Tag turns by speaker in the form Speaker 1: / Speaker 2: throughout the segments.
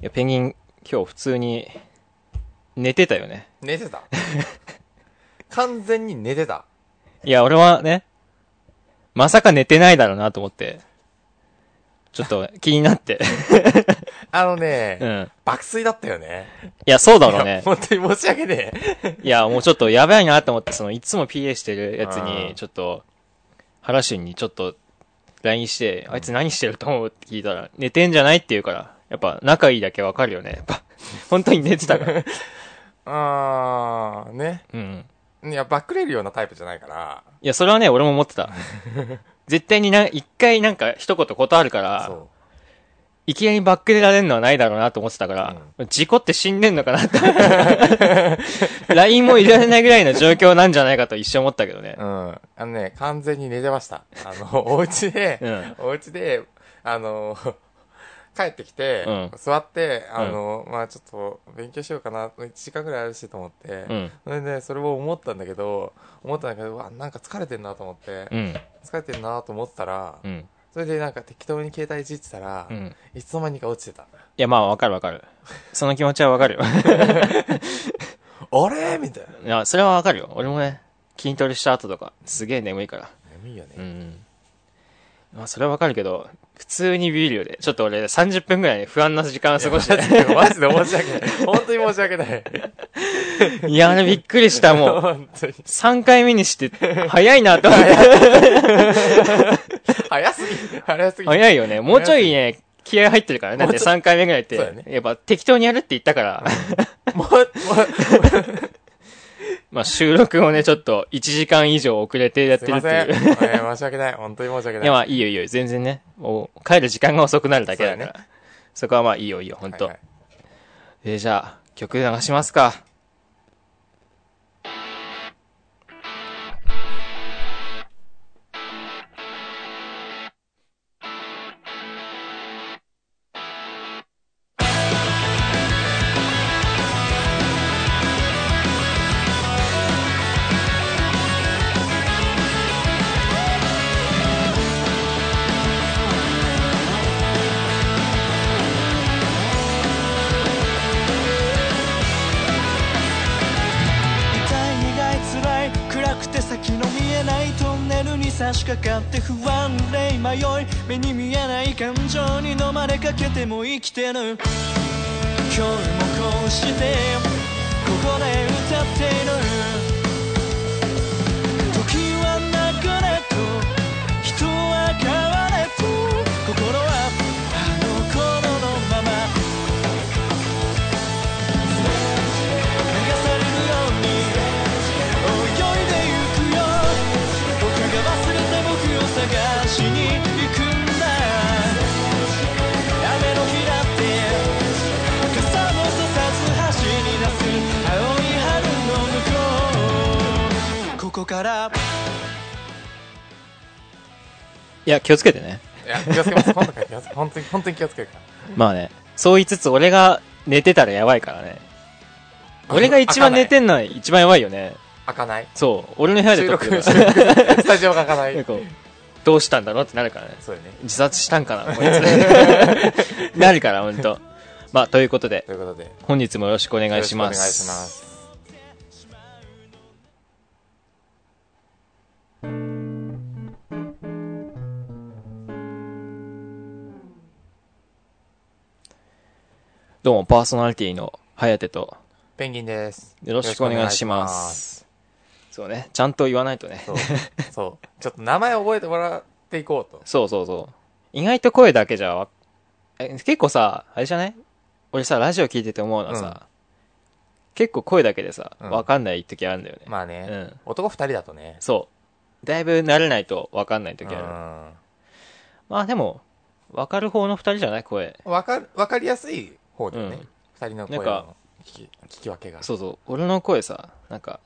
Speaker 1: いや、ペンギン、今日普通に、寝てたよね。
Speaker 2: 寝てた完全に寝てた。
Speaker 1: いや、俺はね、まさか寝てないだろうなと思って、ちょっと気になって。
Speaker 2: あのね、
Speaker 1: うん。
Speaker 2: 爆睡だったよね。
Speaker 1: いや、そうだろう
Speaker 2: いや
Speaker 1: ね。
Speaker 2: 本当に申し訳ねえ。
Speaker 1: いや、もうちょっとやばいなと思って、その、いつも PA してるやつ
Speaker 2: う
Speaker 1: に
Speaker 2: ん、
Speaker 1: ちょっと、原俊にちょっと、LINE して、あいつ何してると思うって聞いたら、寝てんじゃないって言うから、やっぱ仲いいだけわかるよね。やっぱ、本当に寝てた から。
Speaker 2: あー、ね。
Speaker 1: うん。
Speaker 2: いや、バックれるようなタイプじゃないから。
Speaker 1: いや、それはね、俺も思って た。絶対にな、一回なんか一言断るから、
Speaker 2: そ
Speaker 1: いきなりバックでられるのはないだろうなと思ってたから、事故って死んでんのかな って。LINE も入れられないぐらいの状況なんじゃないかと一瞬思ったけどね
Speaker 2: う。う。ん。あのね、完全に寝てました。あ の、お家で、
Speaker 1: うん。
Speaker 2: お家で、あの、 帰ってきて、
Speaker 1: うん
Speaker 2: 座って、あの、まあちょっと勉強しようかな、1時間ぐらいあるしと思って、
Speaker 1: うん。
Speaker 2: それで、それを思ったんだけど、思ったんだけど、うわ、なんか疲れてんなと思って、
Speaker 1: うん。
Speaker 2: 疲れてんなと思ってたら、
Speaker 1: うん。
Speaker 2: それでなんか適当に携帯いじってたら、
Speaker 1: うん。
Speaker 2: いつの間にか落ちてた。
Speaker 1: いや、まあ、わかるわかる。その気持ちはわかるよ。
Speaker 2: あれみたい
Speaker 1: い
Speaker 2: な。
Speaker 1: や、それはわかるよ。俺もね、筋トレした後とか、すげえ眠いから。
Speaker 2: 眠いよね。
Speaker 1: うん。まあ、それはわかるけど、普通にビビるよね。ちょっと俺、30分ぐらい不安な時間を過ごして。
Speaker 2: マジで申し訳ない。本当に申し訳ない。
Speaker 1: いや、あれびっくりした、もう。
Speaker 2: 本当に。
Speaker 1: 3回目にして、早いなと思って。
Speaker 2: 早すぎ。早すぎ。
Speaker 1: 早いよね。もうちょいね、気合入ってるからね。だって3回目ぐらいって、
Speaker 2: そうだね
Speaker 1: やっぱ適当にやるって言ったから、
Speaker 2: もう、もう、
Speaker 1: まあ収録をね、ちょっと1時間以上遅れてやっ
Speaker 2: す
Speaker 1: て
Speaker 2: い
Speaker 1: る
Speaker 2: ま
Speaker 1: って
Speaker 2: せん。え
Speaker 1: いう。
Speaker 2: ー申し訳ない。本当に申し訳ないい。
Speaker 1: や、まあいいよいいよ。全然ね。もう帰る時間が遅くなるだけだか
Speaker 2: そう
Speaker 1: ら。
Speaker 2: だ
Speaker 1: そこはまあいいよいいよ、ほんと。
Speaker 2: はいはい
Speaker 1: えーじゃあ、曲流しますか。
Speaker 3: 痛い苦い辛い暗くて先の見えないトンネルに差し掛かって不安で迷い目に見えない感情に飲まれかけても生きてる今日もこうしてここで歌っている時は流れと人は変われと心はあの頃のまま流されるように泳いでゆくよ僕が忘れた僕を探しに行くんだ雨の日だって傘もささず走り出す青い春の向こうここから
Speaker 1: いや、気をつけてね。
Speaker 2: いや、気をつけます。今度から気をつけ本当に、 本当に気をつけるから。
Speaker 1: まあね。そう言いつつ、俺が寝てたらやばいからね。俺が一番寝てんのは一番やばいよね。
Speaker 2: 開かない。
Speaker 1: そう。俺の部屋で
Speaker 2: 収
Speaker 1: 撮って
Speaker 2: 録、
Speaker 1: る
Speaker 2: 収
Speaker 1: から
Speaker 2: 録。スタジオが開かな
Speaker 1: なん
Speaker 2: い。
Speaker 1: かどうしたんだろうってなるからね。
Speaker 2: そうよね。
Speaker 1: 自殺したんかな、こいつ。 なるから、ほんと。まあ、ということで、
Speaker 2: ということで。よ
Speaker 1: 本日もよろしくお願い
Speaker 2: ろ
Speaker 1: し
Speaker 2: くお願
Speaker 1: ま
Speaker 2: い
Speaker 1: す。
Speaker 2: します。
Speaker 1: どうも、パーソナリティの颯と、
Speaker 2: ペンギンです。
Speaker 1: よろしくお願いします。そうね、ちゃんと言わないとね。
Speaker 2: よろしくお願いします。そう。そう。ちょっと名前覚えてもらっていこうと。
Speaker 1: そうそうそう。意外と声だけじゃわ、え結構さ、あれじゃない俺さ、ラジオ聞いてて思うのはさ、結構声だけでさ、
Speaker 2: うん
Speaker 1: わかんない時あるんだよね。
Speaker 2: まあ
Speaker 1: う
Speaker 2: ね
Speaker 1: ん。
Speaker 2: 男二人だとね。
Speaker 1: そう。だいぶ慣れないとわかんない時
Speaker 2: う
Speaker 1: ある。
Speaker 2: ん。
Speaker 1: まあでも、わかる方の二人じゃない声。
Speaker 2: わかる、わかりやすい方だよ
Speaker 1: う
Speaker 2: ね
Speaker 1: ん。
Speaker 2: 二人の
Speaker 1: な
Speaker 2: 声
Speaker 1: んか
Speaker 2: の聞き、聞き分けが。
Speaker 1: そうそう。俺の声さ、なんか、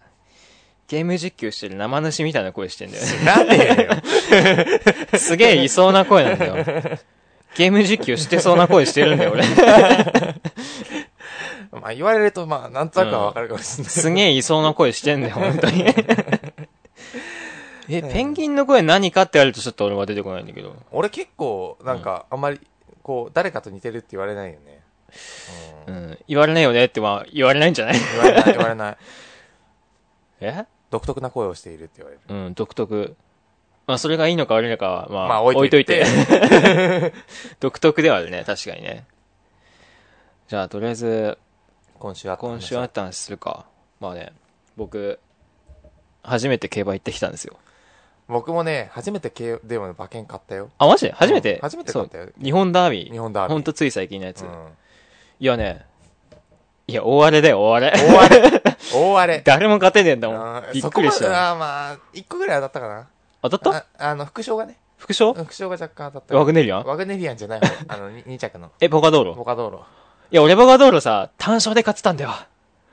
Speaker 1: ゲーム実況してる生主みたいな声してんだよね。
Speaker 2: なんでやねんよ。
Speaker 1: すげえいそうな声なんだよ。ゲーム実況してそうな声してるんだよ、俺。
Speaker 2: まあ言われると、まあなんとなくはわかるかもしれない。
Speaker 1: すげえいそうな声してんだよ、本当 に。え、ペンギンの声何かってやるとちょっと俺は出てこないんだけど。
Speaker 2: 俺結構、なんか、あんまり、こう、誰かと似てるって言われないよね。
Speaker 1: うん、言われないよねって、まあ、言われないんじゃない
Speaker 2: 言われない、言われない。
Speaker 1: え
Speaker 2: 独特な声をしているって言われる。
Speaker 1: うん、独特。まあ、それがいいのか悪いのかは、まあ、
Speaker 2: まあ
Speaker 1: 置
Speaker 2: 置
Speaker 1: い
Speaker 2: い
Speaker 1: と
Speaker 2: と
Speaker 1: い
Speaker 2: い
Speaker 1: て
Speaker 2: て。
Speaker 1: 独特ではあるね、確かにね。じゃあ、とりあえず、
Speaker 2: 今週あった話
Speaker 1: 今週あった話するか。まあね、僕、初めて競馬行ってきたんですよ。
Speaker 2: 僕もね、初めて競でも馬券買ったよ。
Speaker 1: あ、マジで初めて、
Speaker 2: うん初めて買ったよ
Speaker 1: そう日本ダービー。
Speaker 2: 日本ダービー
Speaker 1: ほんとつい最近のやつ。
Speaker 2: うん
Speaker 1: いやね、いや、大荒れだよ、大荒れ。
Speaker 2: 大荒れ。大荒れ。
Speaker 1: 誰も勝てねえんだも
Speaker 2: あ
Speaker 1: ん。
Speaker 2: ー
Speaker 1: びっくりし
Speaker 2: そこまで
Speaker 1: た。
Speaker 2: あーまあ、一個ぐらい当たったかな。
Speaker 1: 当たった
Speaker 2: ああの、副賞がね。
Speaker 1: 副賞
Speaker 2: 副賞が若干当たった。
Speaker 1: ワグネリアン
Speaker 2: ワグネリアンじゃない方。 あの、に2着の。
Speaker 1: え、ボカ道路
Speaker 2: ボカ道路。
Speaker 1: いや、俺ボカ道路さ、単勝で勝ってたんだよ。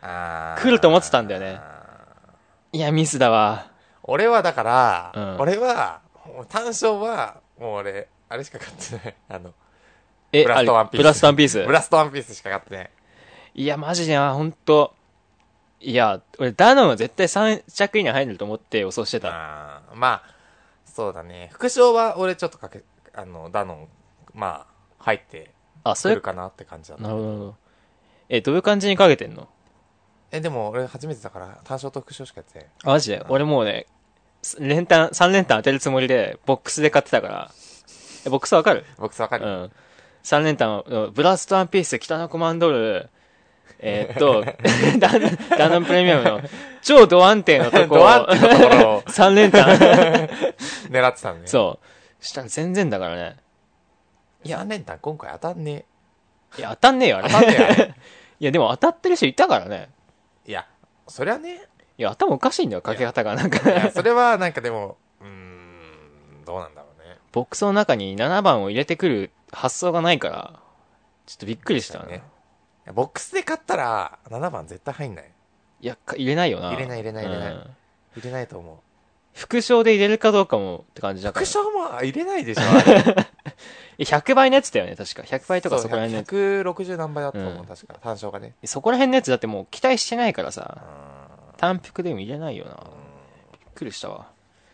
Speaker 2: あー
Speaker 1: 来ると思ってたんだよね。いや、ミスだわ。
Speaker 2: 俺はだから、
Speaker 1: うん
Speaker 2: 俺は、もう単勝は、もう俺、あれしか買ってない。 あの、
Speaker 1: え、
Speaker 2: ブラストワン
Speaker 1: あれ
Speaker 2: ピース
Speaker 1: ブラストワンピース
Speaker 2: ブ。ラストワンピースしか買ってない。
Speaker 1: いや、マジでな、ほんと。いや、俺、ダノンは絶対3着以内入ると思って予想してた。
Speaker 2: あーまあ、そうだね。副賞は俺ちょっとかけ、あの、ダノン、まあ、入って
Speaker 1: あ、そ
Speaker 2: く
Speaker 1: れ
Speaker 2: る、かなって感じだった
Speaker 1: なるほどなるほど。え、どういう感じにかけてんの
Speaker 2: え、でも俺初めてだから、単勝と副賞しかやってない。
Speaker 1: あマジで俺もうね、す連単、3連単当てるつもりで、ボックスで買ってたから。え、ボックスわかる
Speaker 2: ボックスわか
Speaker 1: う
Speaker 2: る、
Speaker 1: ん。3連単を、ブラストワンピース、北のコマンドール、えーっ と、ダン、ダノンプレミアムの、超ド安 定のとこ
Speaker 2: ドアってところを
Speaker 1: 3連単。
Speaker 2: 狙ってたんね。う。
Speaker 1: そう。したら全然だからね。
Speaker 2: いや、3連単今回当たんね
Speaker 1: いや、当たんねえよ、あ
Speaker 2: え。当
Speaker 1: れ。
Speaker 2: たんねえあれ。
Speaker 1: いや、でも当たってる人いたからね。
Speaker 2: いや、そりゃね。
Speaker 1: いや、頭おかしいんだよ、かけ方が。なんか
Speaker 2: い、や、それはなんかでも、うーん、どうなんだろうね。
Speaker 1: ボックスの中に7番を入れてくる発想がないから、ちょっとびっくりしたね
Speaker 2: ね。。ボックスで買ったら、7番絶対入んない。
Speaker 1: いや、か入れないよな。
Speaker 2: 入れない入れない入れない
Speaker 1: うん
Speaker 2: 入れないと思う。
Speaker 1: 副賞で入れるかどうかもって感じだから。
Speaker 2: 副賞も入れないでしょ、あれ。
Speaker 1: え100倍のやつだよね、確か。100倍とかそこら辺のやつ。
Speaker 2: 160何倍だったと思
Speaker 1: うん
Speaker 2: う、確か。単勝がね。
Speaker 1: そこら辺のやつだってもう期待してないから
Speaker 2: うー
Speaker 1: さ、
Speaker 2: ん
Speaker 1: 単服でも入れないよな。びっくりしたわ。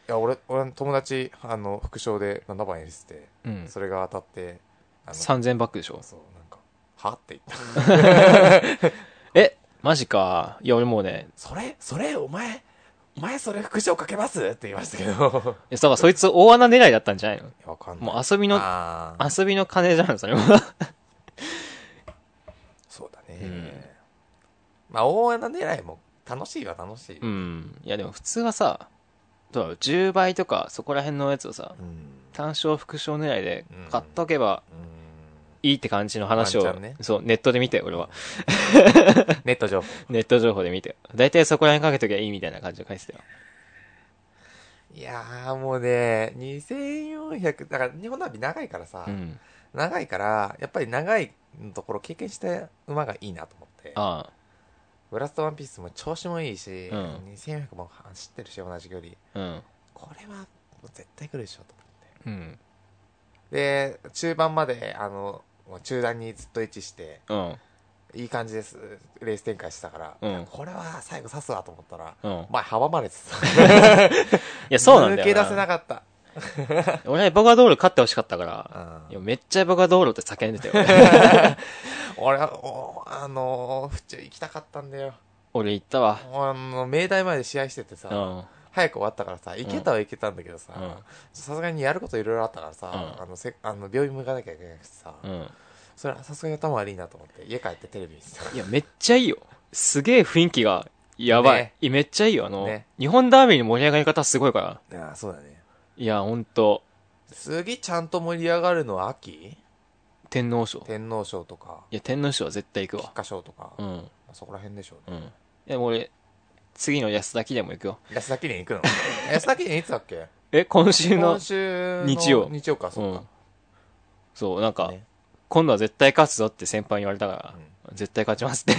Speaker 2: いや、俺、俺の友達、あの、副賞で7番入れてて、
Speaker 1: うん。
Speaker 2: それが当たって、あの、そう、
Speaker 1: 3000バックでしょ。
Speaker 2: なんか、はって言った。
Speaker 1: え、マジか。いや、俺もうね、
Speaker 2: それ、それ、お前、お前それ副賞かけますって言いましたけど。
Speaker 1: いやだからそいつ大穴狙いだったんじゃないの
Speaker 2: いやわかんない。
Speaker 1: もう遊びの、
Speaker 2: あー
Speaker 1: 遊びの金じゃん、それも。
Speaker 2: そうだね。
Speaker 1: うん
Speaker 2: まあ、大穴狙いも楽しいは楽しい。
Speaker 1: うん。いや、でも普通はさ、どうだろう、10倍とかそこら辺のやつをさ、
Speaker 2: うん
Speaker 1: 単勝副賞狙いで買っとけば
Speaker 2: う
Speaker 1: いいって感じの話
Speaker 2: ワン
Speaker 1: を、
Speaker 2: チャンね
Speaker 1: そう、ネットで見て、俺は。
Speaker 2: んネット 情報。
Speaker 1: ネット情報で見て。だいたいそこら辺かけときゃいいみたいな感じで書いてたよ。
Speaker 2: いやーもうね、2400、だから日本ダービー長いからさ、
Speaker 1: うん。
Speaker 2: 長いから、やっぱり長いところ経験した馬がいいなと思って、
Speaker 1: ああ。
Speaker 2: ブラストワンピースも調子もいいし、
Speaker 1: うん
Speaker 2: 2400も走ってるし、同じ距離。
Speaker 1: うん。
Speaker 2: これはもう絶対来るでしょと思って。
Speaker 1: うん。
Speaker 2: で、中盤まで、あの、もう中段にずっと位置して、
Speaker 1: うん。
Speaker 2: いい感じです、レース展開してたから、
Speaker 1: うん
Speaker 2: これは最後刺すわと思ったら、
Speaker 1: うん。い
Speaker 2: 前阻まれてた。
Speaker 1: や、そうなんだよ
Speaker 2: 抜け
Speaker 1: な。
Speaker 2: 出せなかった。
Speaker 1: 俺、エボカドール勝ってほしかったから、
Speaker 2: うん
Speaker 1: いやめっちゃエボカドールって叫んでた よ。
Speaker 2: 俺は、おあのー、府中行きたかったんだよ。
Speaker 1: 俺言ったわ。
Speaker 2: あの、明大前で試合しててさ、
Speaker 1: うん。
Speaker 2: 早く終わったからさ、行けたは行けたんだけどさ
Speaker 1: うん、
Speaker 2: さすがにやることいろいろあったからさ、
Speaker 1: うん
Speaker 2: あの、せ、あの、病院向かなきゃいけなくてさ、
Speaker 1: うん。
Speaker 2: それはさすがに頭悪いなと思って、家帰ってテレビ見て た。
Speaker 1: いや、めっちゃいいよ。すげえ雰囲気が、やばい。
Speaker 2: ね
Speaker 1: いやめっちゃいいよ。あの、
Speaker 2: ね
Speaker 1: 日本ダービーの盛り上がり方すごいから。
Speaker 2: ああ、そうだね。
Speaker 1: いや、ほんと、
Speaker 2: 次ちゃんと盛り上がるのは秋
Speaker 1: 天皇賞。い
Speaker 2: 天皇賞とか、
Speaker 1: や、天皇賞は絶対行くわ
Speaker 2: 菊。花賞とか、
Speaker 1: うん。
Speaker 2: そこら辺でしょう
Speaker 1: う
Speaker 2: ね。
Speaker 1: ん。いや、もう俺、次の安田記念も行くよ。
Speaker 2: 安田記念行く の安田記念いつだっけ
Speaker 1: え、今週の
Speaker 2: 今、週の
Speaker 1: 日曜
Speaker 2: 日曜か、そううんか。
Speaker 1: そう、なんか、
Speaker 2: ね
Speaker 1: 今度は絶対勝つぞって先輩に言われたから、絶対勝ちますって。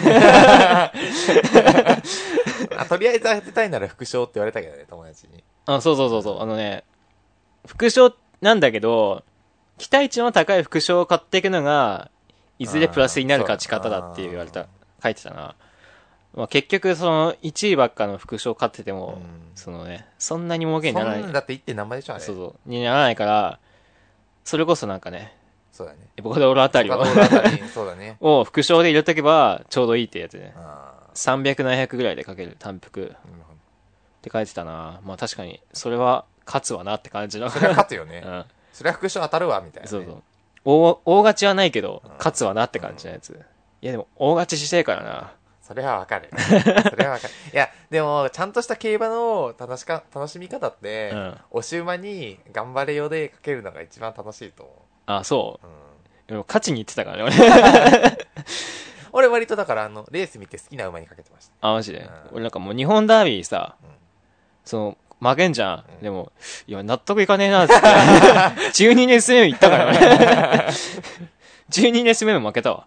Speaker 2: あとりあえず当てたいなら副賞って言われたけどね、友達に。
Speaker 1: あ、そうそうそうそう。あのね、副賞なんだけど、期待値の高い副賞を買っていくのが、いずれプラスになる勝ち方だって言われ
Speaker 2: あー
Speaker 1: た、書いてたな。まあ、結局、その、1位ばっかの副賞を買ってても、
Speaker 2: うん
Speaker 1: そのね、そんなに儲けにな
Speaker 2: そ
Speaker 1: んらな。
Speaker 2: ないんだって1.7倍でしょ、あれ。
Speaker 1: そうそう。にならないから、それこそなんかね、
Speaker 2: そうだね。
Speaker 1: エボカドロあたりを。
Speaker 2: コカ・コーラあたりそうだね
Speaker 1: を副賞で入れとけばちょうどいいってやつね。
Speaker 2: あ
Speaker 1: 300、700ぐらいでかける単服っ
Speaker 2: ーなるほど
Speaker 1: て書いてたな。まあ確かに、それは勝つわなって感じの。
Speaker 2: それは勝つよね。
Speaker 1: うん。
Speaker 2: それは副賞当たるわ、みたいなね。
Speaker 1: そうそう。大、大勝ちはないけど、勝つわなって感じのやつ。いやでも、大勝ちしてえからな。
Speaker 2: それは わかる。それはわかる。いや、でも、ちゃんとした競馬の楽しか、楽しみ方って、
Speaker 1: うん
Speaker 2: 押し馬に頑張れよでかけるのが一番楽しいと思。
Speaker 1: あ、そう
Speaker 2: うん。
Speaker 1: う。でも勝ちに行ってたからね、俺。
Speaker 2: 俺割とだから、あの、レース見て好きな馬にかけてました。
Speaker 1: あ、マジで。
Speaker 2: うん
Speaker 1: 俺なんかもう日本ダービーさ、
Speaker 2: うん
Speaker 1: その、負けんじゃん。
Speaker 2: うん
Speaker 1: でも、いや、納得いかねえな、って。12レース 目も行ったからね。12レース目も負けたわ。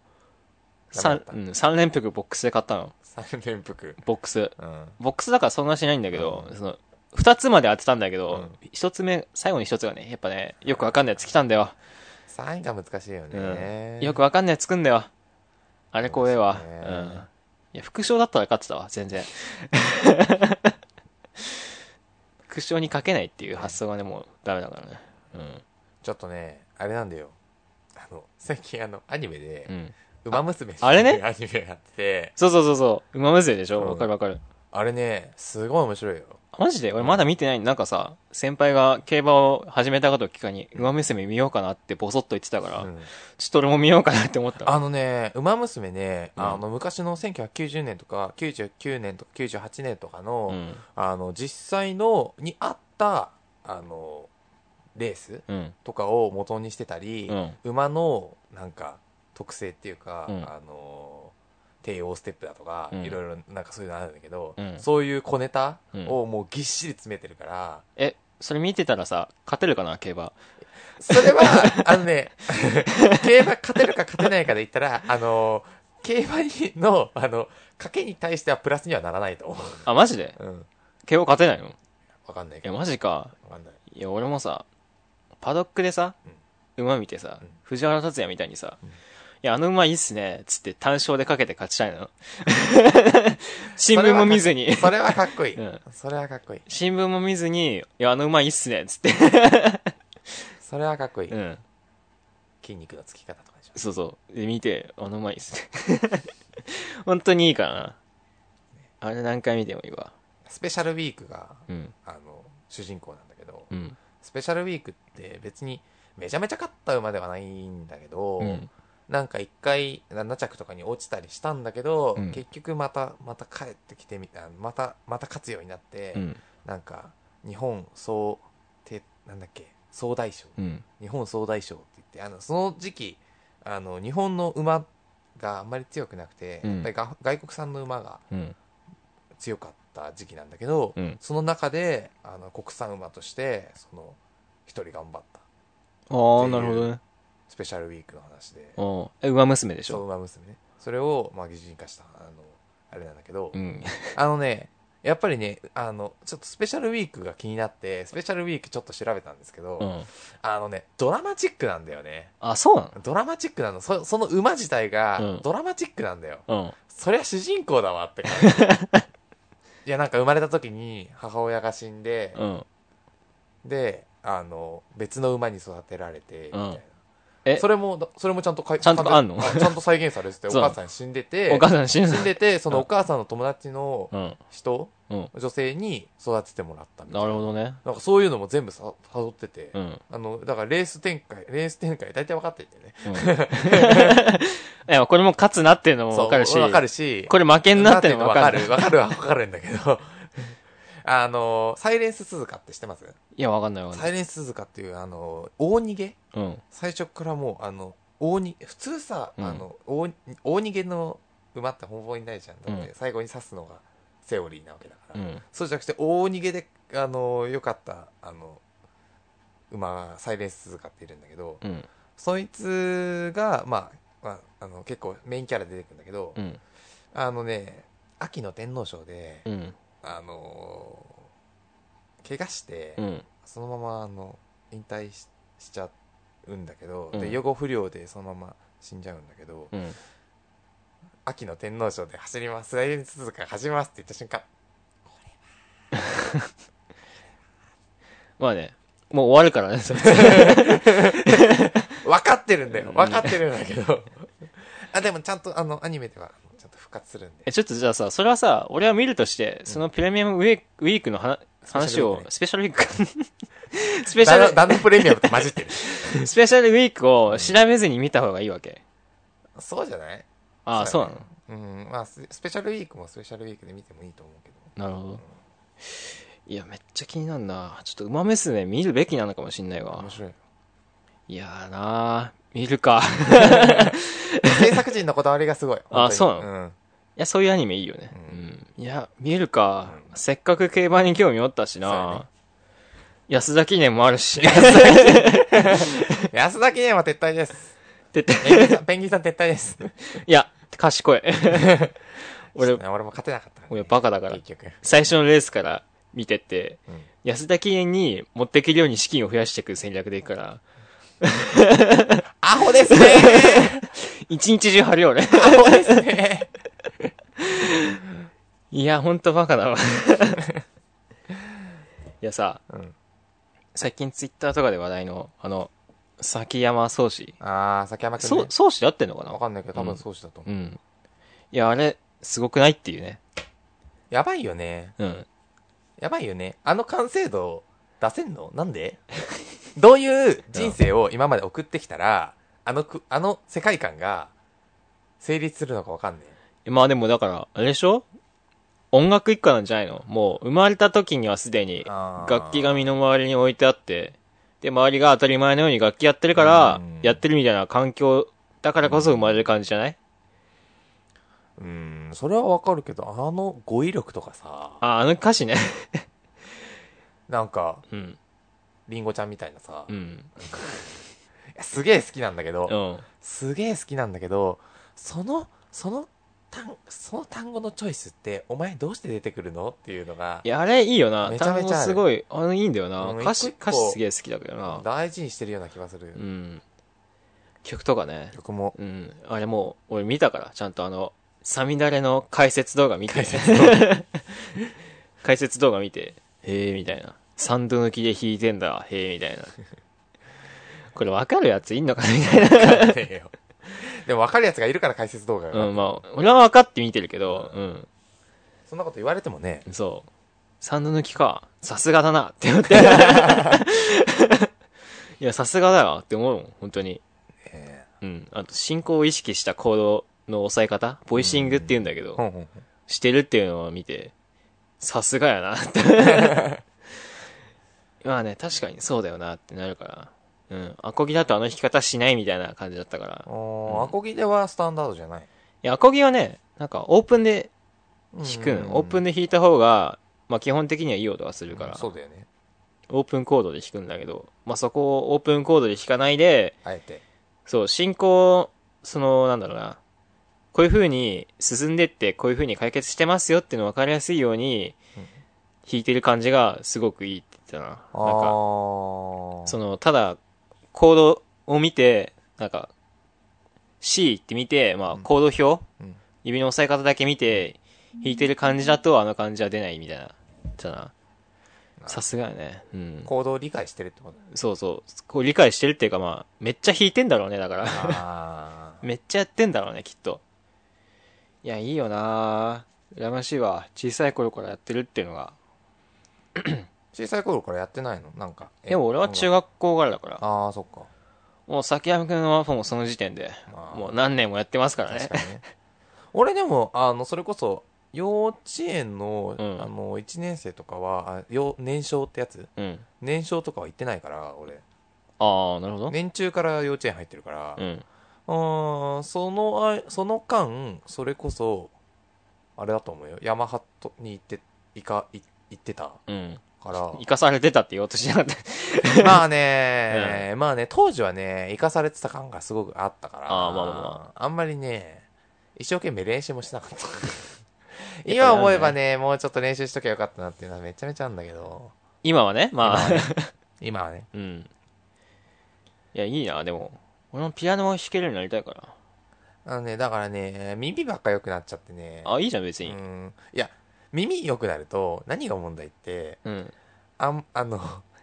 Speaker 2: ダメだ
Speaker 1: 三
Speaker 2: った
Speaker 1: うん、三連服ボックスで買ったの。
Speaker 2: 三連服。
Speaker 1: ボックス。
Speaker 2: うん。
Speaker 1: ボックスだからそんなしないんだけど、
Speaker 2: うん
Speaker 1: その、二つまで当てたんだけど
Speaker 2: う、
Speaker 1: 一、つ目、最後に一つがね、やっぱね、よくわかんないやつ来たんだよ。
Speaker 2: 3位が難しい
Speaker 1: う
Speaker 2: よ
Speaker 1: ん
Speaker 2: ね。。
Speaker 1: よくわかんないやつ来んだよ。あれ怖えわ。
Speaker 2: そううですね
Speaker 1: ん。いや、副賞だったら勝ってたわ、全 然。副賞にかけないっていう発想がね、もうダメだからね。
Speaker 2: ちょっとね、あれなんだよ。あの、最近あの、アニメで
Speaker 1: う、ん。うん。
Speaker 2: ウマ娘っていう
Speaker 1: あれね
Speaker 2: アニメがあって、
Speaker 1: そうそうそうそう。馬娘でしょ
Speaker 2: うん
Speaker 1: わかるわかる。
Speaker 2: あれね、すごい面白いよ。
Speaker 1: マジで俺まだ見てないなんかさ、先輩が競馬を始めたことをきっかけに、馬娘見ようかなってボソッと言ってたから、
Speaker 2: うん
Speaker 1: ちょっと俺も見ようかなって思ったわ。
Speaker 2: あのね、ウマ娘ね、
Speaker 1: うん
Speaker 2: あの、昔の1990年とか、99年とか、98年とかの、
Speaker 1: うん。
Speaker 2: あの、実際の、にあった、あの、レース
Speaker 1: うん。
Speaker 2: とかを元にしてたり、
Speaker 1: うん。
Speaker 2: 馬の、なんか、特性っていうか、
Speaker 1: うん
Speaker 2: あの、帝王ステップだとか、
Speaker 1: うん
Speaker 2: いろいろ、なんかそういうのあるんだけど、
Speaker 1: うん
Speaker 2: そういう小ネタをもうぎっしり詰めてるから、
Speaker 1: え、それ見てたらさ、勝てるかな、競馬。
Speaker 2: それは、あのね、 競馬勝てるか勝てないかで言ったら、あの、競馬にの、あの、賭けに対してはプラスにはならないと思
Speaker 1: あ、マジで
Speaker 2: う。うん。
Speaker 1: 競馬勝てないの
Speaker 2: わかんないけ
Speaker 1: え、
Speaker 2: ど。
Speaker 1: マジか。
Speaker 2: わかんない。
Speaker 1: いや、俺もさ、パドックでさ、馬見てさ、
Speaker 2: うん
Speaker 1: 藤原達也みたいにさ、
Speaker 2: うん
Speaker 1: いや、あの馬いいっすね、つって単勝でかけて勝ちたいの。新聞も見ずに、
Speaker 2: それはかっこいい。
Speaker 1: うん
Speaker 2: それはかっこいい。
Speaker 1: 新聞も見ずに、いや、あの馬いいっすね、つって。
Speaker 2: それはかっこいい。
Speaker 1: うん。
Speaker 2: 筋肉のつき方とかでしょ。
Speaker 1: そうそう。で、見て、あの馬いいっすね。 本当にいいからな。あれ何回見てもいいわ。
Speaker 2: スペシャルウィークが、
Speaker 1: うん。
Speaker 2: あの、主人公なんだけど、
Speaker 1: うん。
Speaker 2: スペシャルウィークって別にめちゃめちゃ勝った馬ではないんだけど、
Speaker 1: うん。
Speaker 2: なんか一回7着とかに落ちたりしたんだけど、
Speaker 1: うん
Speaker 2: 結局またまた帰ってきてみあまたまた勝つようになって、
Speaker 1: うん。
Speaker 2: なんか日本総てなんだっけ総大賞
Speaker 1: うん。
Speaker 2: 日本総大賞って言ってあのその時期あの日本の馬があんまり強くなくて、
Speaker 1: うん
Speaker 2: やっぱりが外国産の馬が
Speaker 1: うん。
Speaker 2: 強かった時期なんだけど、
Speaker 1: うん
Speaker 2: その中であの国産馬としてその一人頑張った
Speaker 1: ああ、なるほどね。
Speaker 2: スペシャルウィークの話で
Speaker 1: おうえ、馬娘でし
Speaker 2: そう
Speaker 1: ょ
Speaker 2: 馬娘ねそれを、まあ、擬人化したあのあれなんだけど、
Speaker 1: うん。
Speaker 2: あのねやっぱりねあのちょっとスペシャルウィークが気になってスペシャルウィークちょっと調べたんですけど、
Speaker 1: うん。
Speaker 2: あのねドラマチックなんだよね
Speaker 1: あ、そうな
Speaker 2: ドラマチックなのそその馬自体
Speaker 1: う
Speaker 2: が
Speaker 1: ん
Speaker 2: ドラマチックなんだよ、
Speaker 1: のうん。
Speaker 2: そりゃ主人公だわって感じ いやなんか生まれた時に母親が死んで、
Speaker 1: うん。
Speaker 2: であの別の馬に育てられてみたいな、
Speaker 1: うんえ
Speaker 2: それもだそれもちゃんとかい
Speaker 1: ちゃんとあんの
Speaker 2: ちゃんと再現されてて お
Speaker 1: そう
Speaker 2: 母さん死んでて
Speaker 1: お母さん死ぬ
Speaker 2: 死んでてそのお母さんの友達の
Speaker 1: うん。
Speaker 2: 人、
Speaker 1: うん。
Speaker 2: 女性に育ててもらったみたい
Speaker 1: な
Speaker 2: な
Speaker 1: るほどね。
Speaker 2: なんかそういうのも全部さ辿ってて、
Speaker 1: うん。
Speaker 2: あのだからレース展開レース展開大体分かっててね
Speaker 1: いや、これも勝つなっていうのも
Speaker 2: そう
Speaker 1: わかるし。
Speaker 2: 分かるし
Speaker 1: これ負けんなっていうのもわかる。
Speaker 2: 分かるは分かるんだけど あのサイレンス鈴鹿って知ってます
Speaker 1: いや、わかんないわかんな
Speaker 2: サ
Speaker 1: い。
Speaker 2: イレンス鈴鹿っていうあの大逃げ
Speaker 1: うん。
Speaker 2: 最初からもうあの大に普通さ、
Speaker 1: うん
Speaker 2: あの大大逃げの馬って本望にないじゃんだって、
Speaker 1: うん
Speaker 2: 最後に刺すのがセオリーなわけだか
Speaker 1: う
Speaker 2: ら、
Speaker 1: ん。
Speaker 2: そうじゃなくて大逃げであの良かったあの馬がサイレンス鈴鹿っているんだけど、
Speaker 1: うん。
Speaker 2: そいつが、まあまあ、あの結構メインキャラで出てくるんだけど、
Speaker 1: うん。
Speaker 2: あのね秋の天皇賞で、
Speaker 1: うん。
Speaker 2: あの怪我して、
Speaker 1: うん。
Speaker 2: そのままあの引退ししちゃうんだけど、
Speaker 1: うん
Speaker 2: で予後不良でそのまま死んじゃうんだけど、
Speaker 1: うん。
Speaker 2: 秋の天皇賞で走ります来年続く走りますって言った瞬間
Speaker 1: まあね。もう終わるからね、それ。
Speaker 2: 分かってるんだよ。分かってるんだけど。あ、でもちゃんと、あの、アニメでは、ちゃんと復活するんで。
Speaker 1: え、ちょっとじゃあさ、それはさ、俺は見るとして、そのプレミアムウィークウィークの話話を、スペシャルウィークかスペシ
Speaker 2: ダ
Speaker 1: ャ
Speaker 2: ノ
Speaker 1: ル、
Speaker 2: ダノンプレミアムと混じってる。
Speaker 1: スペシャルウィークを調べずに見た方がいいわけ。
Speaker 2: そうじゃない
Speaker 1: ああ、そうなの
Speaker 2: なのうん。まあ、ススペシャルウィークもスペシャルウィークで見てもいいと思うけど。
Speaker 1: なるほど。いや、めっちゃ気になるな。ちょっと馬娘見るべきなのかもしんないわ
Speaker 2: 面。白い。
Speaker 1: いやーなー見る か。
Speaker 2: 制作陣のこだわりがすごい。
Speaker 1: あそうな
Speaker 2: の
Speaker 1: いや、そういうアニメいいよね。
Speaker 2: う
Speaker 1: うんいや、見るか。せっかく競馬に興味おったし
Speaker 2: そうや
Speaker 1: な。 安田記念もあるし。
Speaker 2: うん。安田記念は撤 退です。
Speaker 1: てて
Speaker 2: ペンギンさん、ペンギンさん撤退です。
Speaker 1: いや、賢 い。俺、
Speaker 2: 俺も勝てなかったからね、
Speaker 1: 俺バカだから。
Speaker 2: 結局。
Speaker 1: 最初のレースから見てって、
Speaker 2: うん
Speaker 1: 安田記念に持ってけるように資金を増やしていく戦略でいく から、
Speaker 2: アホです ね
Speaker 1: 一日中張るよ俺。
Speaker 2: アホですね
Speaker 1: いや、ほんとバカだわ。いやさ、
Speaker 2: うん
Speaker 1: 最近ツイッターとかで話題の、あの、崎山宗志。
Speaker 2: あー、崎山くん、ね。
Speaker 1: そう、宗志で合ってんのかな
Speaker 2: わかんないけど、多分そうしたと思う。
Speaker 1: うん。いや、あれ、すごくないっていうね。
Speaker 2: やばいよね。
Speaker 1: うん。
Speaker 2: やばいよね。あの完成度出せんのなんで どういう人生を今まで送ってきたら、あのく、あの世界観が成立するのかわかんね
Speaker 1: まあでもだから、あれでしょ音楽一家なんじゃないのもう、生まれた時にはすでに
Speaker 2: え。、あー
Speaker 1: 楽器が身の回りに置いてあって、で、周りが当たり前のように楽器やってるから
Speaker 2: うん、
Speaker 1: やってるみたいな環境だからこそ生まれる感じじゃない、
Speaker 2: うーん、それはわかるけど、あの語彙力とかさ、
Speaker 1: あ、あの歌詞ね。
Speaker 2: なんか、
Speaker 1: うん。
Speaker 2: りんごちゃんみたいなさ、
Speaker 1: う
Speaker 2: い
Speaker 1: ん。
Speaker 2: やすげえ好きなんだけど、
Speaker 1: うん。
Speaker 2: すげえ好きなんだけど、その、その単、その単語のチョイスって、お前どうして出てくるのっていうのが
Speaker 1: い、や、あれいいよな。
Speaker 2: めちゃめ
Speaker 1: 単
Speaker 2: ちゃ
Speaker 1: 語すごい、あの、いいんだよな。
Speaker 2: うん
Speaker 1: 歌詞、
Speaker 2: 一個
Speaker 1: 歌
Speaker 2: 一個
Speaker 1: 詞すげえ好きだけどな。
Speaker 2: 大事にしてるような気がする。
Speaker 1: うん。曲とかね。
Speaker 2: 曲も。
Speaker 1: うん。あれもう、俺見たから、ちゃんとあの、サミダレの解説動画見て。解説動画。見て、へえ、みたいな。サンド抜きで弾いてんだ、へえ、みたいな。これ分かるやついんのかなみたい な。
Speaker 2: でも分かるやつがいるから解説動画が。
Speaker 1: うん、まあ、俺は分かって見てるけど、うん、
Speaker 2: そんなこと言われてもね、
Speaker 1: そう。サンド抜きか、さすがだな、って 思って。いや、さすがだよって思うもん、本当に。
Speaker 2: え
Speaker 1: うん。あと、進行を意識した行動の抑え方、ボイシングって言うんだけど、
Speaker 2: ーほんほんほん
Speaker 1: してるっていうのを見て、さすがやなって。 まあね、確かにそうだよなってなるから。うん。アコギだとあの弾き方しないみたいな感じだったから。
Speaker 2: おー
Speaker 1: うん
Speaker 2: アコギではスタンダードじゃない。
Speaker 1: いや、アコギはね、なんかオープンで弾くの。オープン
Speaker 2: で
Speaker 1: で弾いた方が、まあ基本的にはいい音がするから、
Speaker 2: そうだよね。
Speaker 1: オープンコードで弾くんだけど、まあそこをオープンコードで弾かないで、
Speaker 2: あえて。
Speaker 1: そう、進行、その、なんだろうな。こういう風に進んでって、こういう風に解決してますよっていうの分かりやすいように
Speaker 2: うん、
Speaker 1: 弾いてる感じがすごくいいって言ってた
Speaker 2: あ
Speaker 1: な。なんか、
Speaker 2: ー
Speaker 1: その、ただ、コードを見て、なんか、C って見て、まあ、
Speaker 2: うん
Speaker 1: コード表、
Speaker 2: うん
Speaker 1: 指の押さえ方だけ見て、弾いてる感じだと、あの感じは出ないみたいな。だな。さすがやね。うん。
Speaker 2: 行動を理解してるって こと
Speaker 1: そうそう。こう理解してるっていうか、まあ、めっちゃ弾いてんだろうね、だから。
Speaker 2: あー
Speaker 1: めっちゃやってんだろうね、きっと。いや、いいよなぁ。羨ましいわ。小さい頃からやってるっていうのが。
Speaker 2: 小さい頃からやってないのなんか。え
Speaker 1: でも俺は中。学校からだから。
Speaker 2: ああ、そっか。
Speaker 1: もう崎山くんはもうその時点で、
Speaker 2: まあ
Speaker 1: もう何年もやってますからね
Speaker 2: 確。かにね。俺でも、あの、それこそ、幼稚園の、
Speaker 1: うん
Speaker 2: あの、1年生とかは、あ幼年少ってやつ
Speaker 1: うん。
Speaker 2: 年少とかは行ってないから、俺。
Speaker 1: ああ、なるほど。
Speaker 2: 年中から幼稚園入ってるから、
Speaker 1: う。
Speaker 2: うんーん、そのあ、その間、それこそ、あれだと思うよ。ヤマハとに行って、いか、い行ってた
Speaker 1: うん。
Speaker 2: から。
Speaker 1: 生かされてたって言おうとしなかった。
Speaker 2: まあね、まあね、当時はね、生かされてた感がすごくあったから、
Speaker 1: あーまあまあま
Speaker 2: あんまりね、一生懸命練習もしなかった。今思えばね、もうちょっと練習しときゃよかったなっていうのはめちゃめちゃあるんだけど、
Speaker 1: 今はね、まあ、
Speaker 2: 今はね、
Speaker 1: うん。いや、いいなでも。俺もピアノを弾けるようになりたいから。
Speaker 2: あのね、だからね、耳ばっか良くなっちゃってね、
Speaker 1: あ、いいじゃん、別
Speaker 2: う
Speaker 1: に。
Speaker 2: ん、いや、耳良くなると何が問題って、
Speaker 1: うん。
Speaker 2: あん、あの、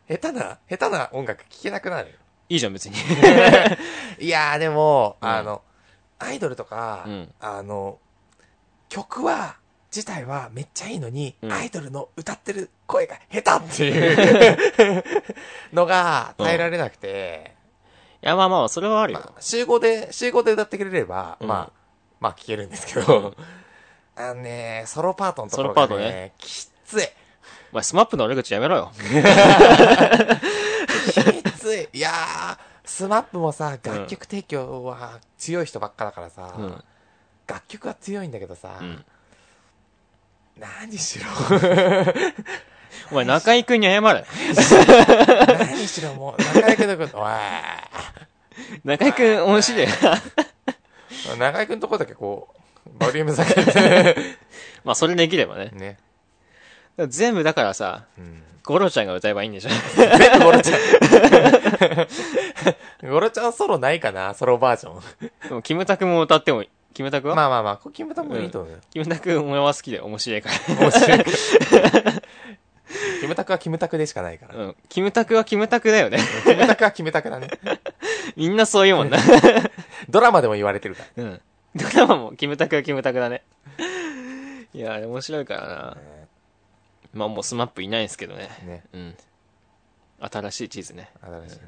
Speaker 2: 下手な、下手な音楽聴けなくなる。
Speaker 1: いいじゃん、別に。
Speaker 2: いやーでも、
Speaker 1: うん
Speaker 2: あの、アイドルとか、
Speaker 1: うん
Speaker 2: あの、曲は、自体はめっちゃいいのに、
Speaker 1: うん
Speaker 2: アイドルの歌ってる声が下手っていう のが耐えられなくて、
Speaker 1: いや、まあまあ、それはあるよ。
Speaker 2: まあ、集合で、集合で歌ってくれれば、
Speaker 1: うん
Speaker 2: まあ、まあ聞けるんですけど、あのね、ソロパートのところが
Speaker 1: ソロパート
Speaker 2: ね
Speaker 1: ね、
Speaker 2: きつい。
Speaker 1: お前、スマップの悪口やめろよ。
Speaker 2: きつい。いやー、スマップもさ、楽曲提供は強い人ばっかだからさ、
Speaker 1: うん。
Speaker 2: 楽曲は強いんだけどさ、
Speaker 1: うん。
Speaker 2: 何しろ、
Speaker 1: お前、中井くんに謝れ。
Speaker 2: 何しろもう、中居くんのこと、おい、
Speaker 1: 中井くん、面白い。
Speaker 2: 中居くんのとこだけこう、ボリューム下げて、
Speaker 1: まあ、それできればね。
Speaker 2: ね。
Speaker 1: 全部だからさ、
Speaker 2: うん。
Speaker 1: ゴロちゃんが歌えばいいんでしょ。
Speaker 2: 全部ゴロちゃん。ゴロちゃんソロないかなソロバージョン。
Speaker 1: でも、キムタクも歌ってもいい。キムタクは、
Speaker 2: まあまあまあ、これキムタクもいいと思うよ。
Speaker 1: キムタク、お前は好きで面白いから。
Speaker 2: 面白いから。キムタクはキムタクでしかないから。
Speaker 1: うん。キムタクはキムタクだよね。
Speaker 2: キムタクはキムタクだね。
Speaker 1: みんなそういうもんな。
Speaker 2: ドラマでも言われてるから。
Speaker 1: うん。 ドラマもキムタクはキムタクだね。いや、あれ面白いからな。まあもうスマップいないんですけどね。
Speaker 2: ね。
Speaker 1: うん。新しい地図ね。
Speaker 2: 新しいね。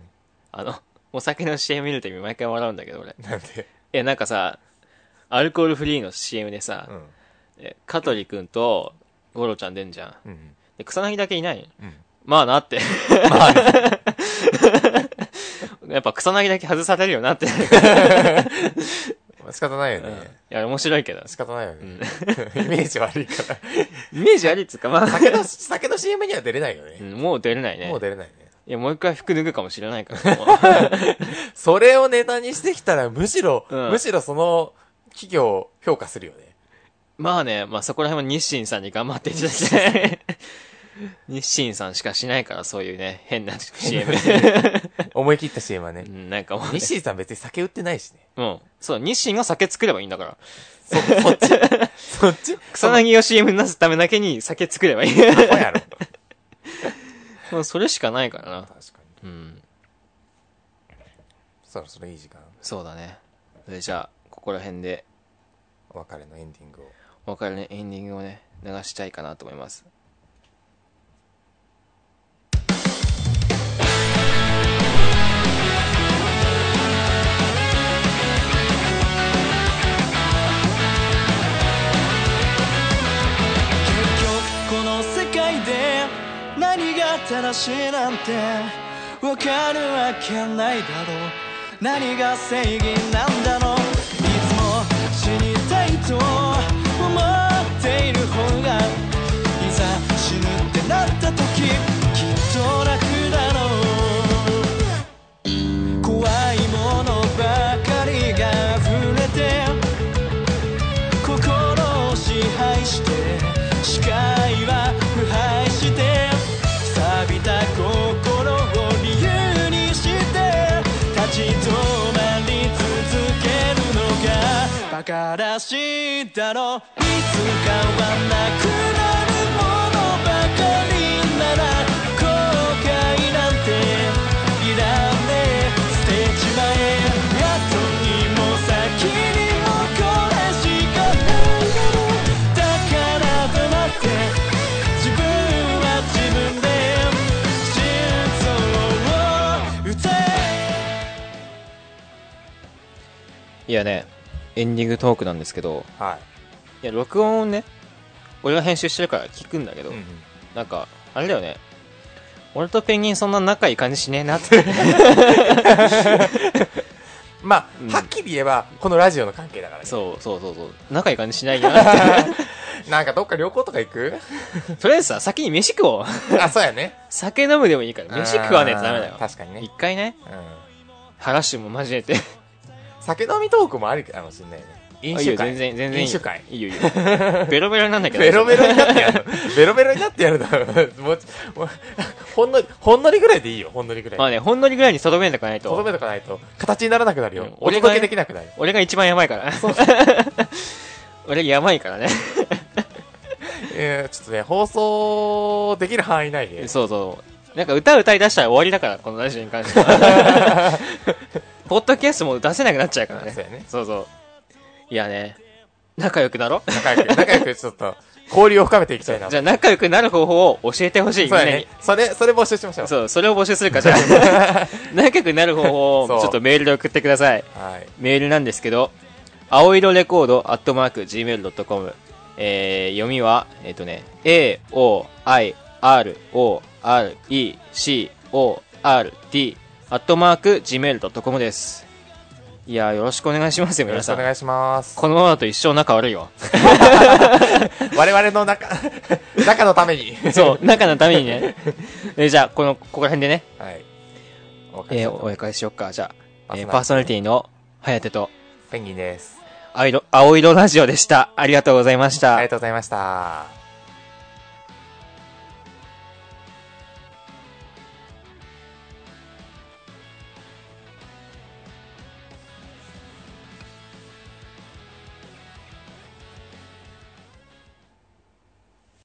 Speaker 1: あの、お酒の CM 見るたび毎回笑うんだけど俺。
Speaker 2: なんで。
Speaker 1: え、なんかさ、アルコールフリーの CM でさ、
Speaker 2: うん。
Speaker 1: え香取くんとゴロちゃん出んじゃん。
Speaker 2: うん。
Speaker 1: で、草薙だけいないの
Speaker 2: うん。
Speaker 1: まあなって。 やっぱ草薙だけ外されるよ なって。い
Speaker 2: まあ仕方ないよね。
Speaker 1: や、面白いけど。
Speaker 2: 仕方ないよね。 イメージ悪 いから。
Speaker 1: イメージありっつうか、まあ、
Speaker 2: 酒の、酒の CM には出れないよ
Speaker 1: う
Speaker 2: ね。
Speaker 1: んもう出れないね。
Speaker 2: もう出れないね。
Speaker 1: いや、もう一回服脱ぐかもしれないから。 も
Speaker 2: それをネタにしてきたら、むしろ、
Speaker 1: うん
Speaker 2: むしろその企業を評価するよね。
Speaker 1: うまあね、まあそこら辺も日清さんに頑張っていただきた い。日清さんしかしないから、そういうね、変な CM。
Speaker 2: 思い切った CM はね
Speaker 1: う。んなんかもう、ね、
Speaker 2: 西井さん別に酒売ってないしね。
Speaker 1: うん。そう、日清が酒作ればいいんだから。
Speaker 2: そ、そっちそっち
Speaker 1: 草薙を CM に出すためだけに酒作ればいい。
Speaker 2: アホやろ。確か
Speaker 1: もうそれしかないから な。
Speaker 2: に。
Speaker 1: うん。
Speaker 2: そろそろいい時間、
Speaker 1: そうだね。それじゃあ、ここら辺で、
Speaker 2: お別れのエンディングを。
Speaker 1: お別れのエンディングをね、流したいかなと思います。
Speaker 3: 結局この世界で何が正しいなんてわかるわけないだろう何が正義なんだろういつも死にたいと思っている方がいざ死ぬってなった時きっと楽だろう怖いものばかりが溢れて心を支配して視界は腐敗して錆びた心を理由にして立ち止まり続けるのが馬鹿らしいだろういつかはなくなるものばかりなら後悔なんていらねえ捨てちまえ後にも先にもこれしかないだろうだから黙って自分は自分で心臓を打て
Speaker 1: いやね、エンディングトークなんですけど、
Speaker 2: はい
Speaker 1: や、録音をね、俺が編集してるから聞くんだけど、
Speaker 2: い。
Speaker 1: なんか、あれだよね。俺とペンギンそんな仲いい感じしねえなって。
Speaker 2: ま
Speaker 1: うん
Speaker 2: あ、はっきり言えば、このラジオの関係だからね。
Speaker 1: そうそうそうそう。仲いい感じし ないよなって。
Speaker 2: なんかどっか旅行とか行 く
Speaker 1: とりあえずさ、先に飯食おう。
Speaker 2: あ、そうやね。
Speaker 1: 酒飲むでもいいから、飯食わねえとダメだ
Speaker 2: あー
Speaker 1: よ。
Speaker 2: 確かにね
Speaker 1: 一。回ね、
Speaker 2: うん。
Speaker 1: ハラッシュも交えて。
Speaker 2: 酒飲みトークもありかもしれないね。飲
Speaker 1: あいいよ
Speaker 2: 酒会。
Speaker 1: 全然、全然いいよ。
Speaker 2: 飲酒会。
Speaker 1: いいよ、いいよ。ベロベロなんだけど。
Speaker 2: ベロベロになっ てやるの。ベロベロになってやるの。もう、もうほんのり、ほんのりぐらいでいいよ、ほんのりぐらい。
Speaker 1: まあね、ほんのりぐらいにとどめんとかない
Speaker 2: とど
Speaker 1: と。
Speaker 2: めとかないと、形にならなくなるよ。
Speaker 1: うん
Speaker 2: お
Speaker 1: 俺が
Speaker 2: 届けできなくなる。
Speaker 1: 俺が一番やばいから。 俺やばいからね。
Speaker 2: えー、ちょっとね、放送できる範囲内で、
Speaker 1: そうそう。なんか歌歌い出したら終わりだから、このラジオに関しては。 ポッドキャストも出せなくなっちゃうからね。
Speaker 2: そうやね
Speaker 1: そうそう。いやね、仲良くなろう。
Speaker 2: 仲良く、仲良くちょっと、交流を深めていきたいな。
Speaker 1: じゃあ仲良くなる方法を教えてほしい、みん
Speaker 2: そう
Speaker 1: な
Speaker 2: や
Speaker 1: に。
Speaker 2: ね。それ、それ募集しましょう。
Speaker 1: そう、それを募集するから、 仲良くなる方法を
Speaker 2: そう
Speaker 1: ちょっとメールで送ってください。
Speaker 2: はい。
Speaker 1: メールなんですけど、青色レコードアットマーク Gmail.com、えー、読みは、えっ、とね、a-o-i-r-o-r-e-c-o-r-d アットマーク Gmail.com です。いやー、よろしくお願いしますよ、
Speaker 2: よろ
Speaker 1: 皆
Speaker 2: しく
Speaker 1: さ
Speaker 2: お
Speaker 1: ん。
Speaker 2: 願いします。
Speaker 1: このままだと一生仲悪い よ。
Speaker 2: 我々の中、 中のために。
Speaker 1: そう、仲のためにね。えーじゃあ、この、ここら辺でね、
Speaker 2: はい。お別れし
Speaker 1: えー、
Speaker 2: よう
Speaker 1: お別れしよっか。じゃあ、えーパ
Speaker 2: パ
Speaker 1: ー
Speaker 2: ー
Speaker 1: ソ
Speaker 2: ソ
Speaker 1: ナ
Speaker 2: ナ
Speaker 1: リ
Speaker 2: リ
Speaker 1: テ
Speaker 2: テ
Speaker 1: ィの、颯と、
Speaker 2: ペンギンです。
Speaker 1: 青色、青色ラジオでした。ありがとうございました。
Speaker 2: ありがとうございました。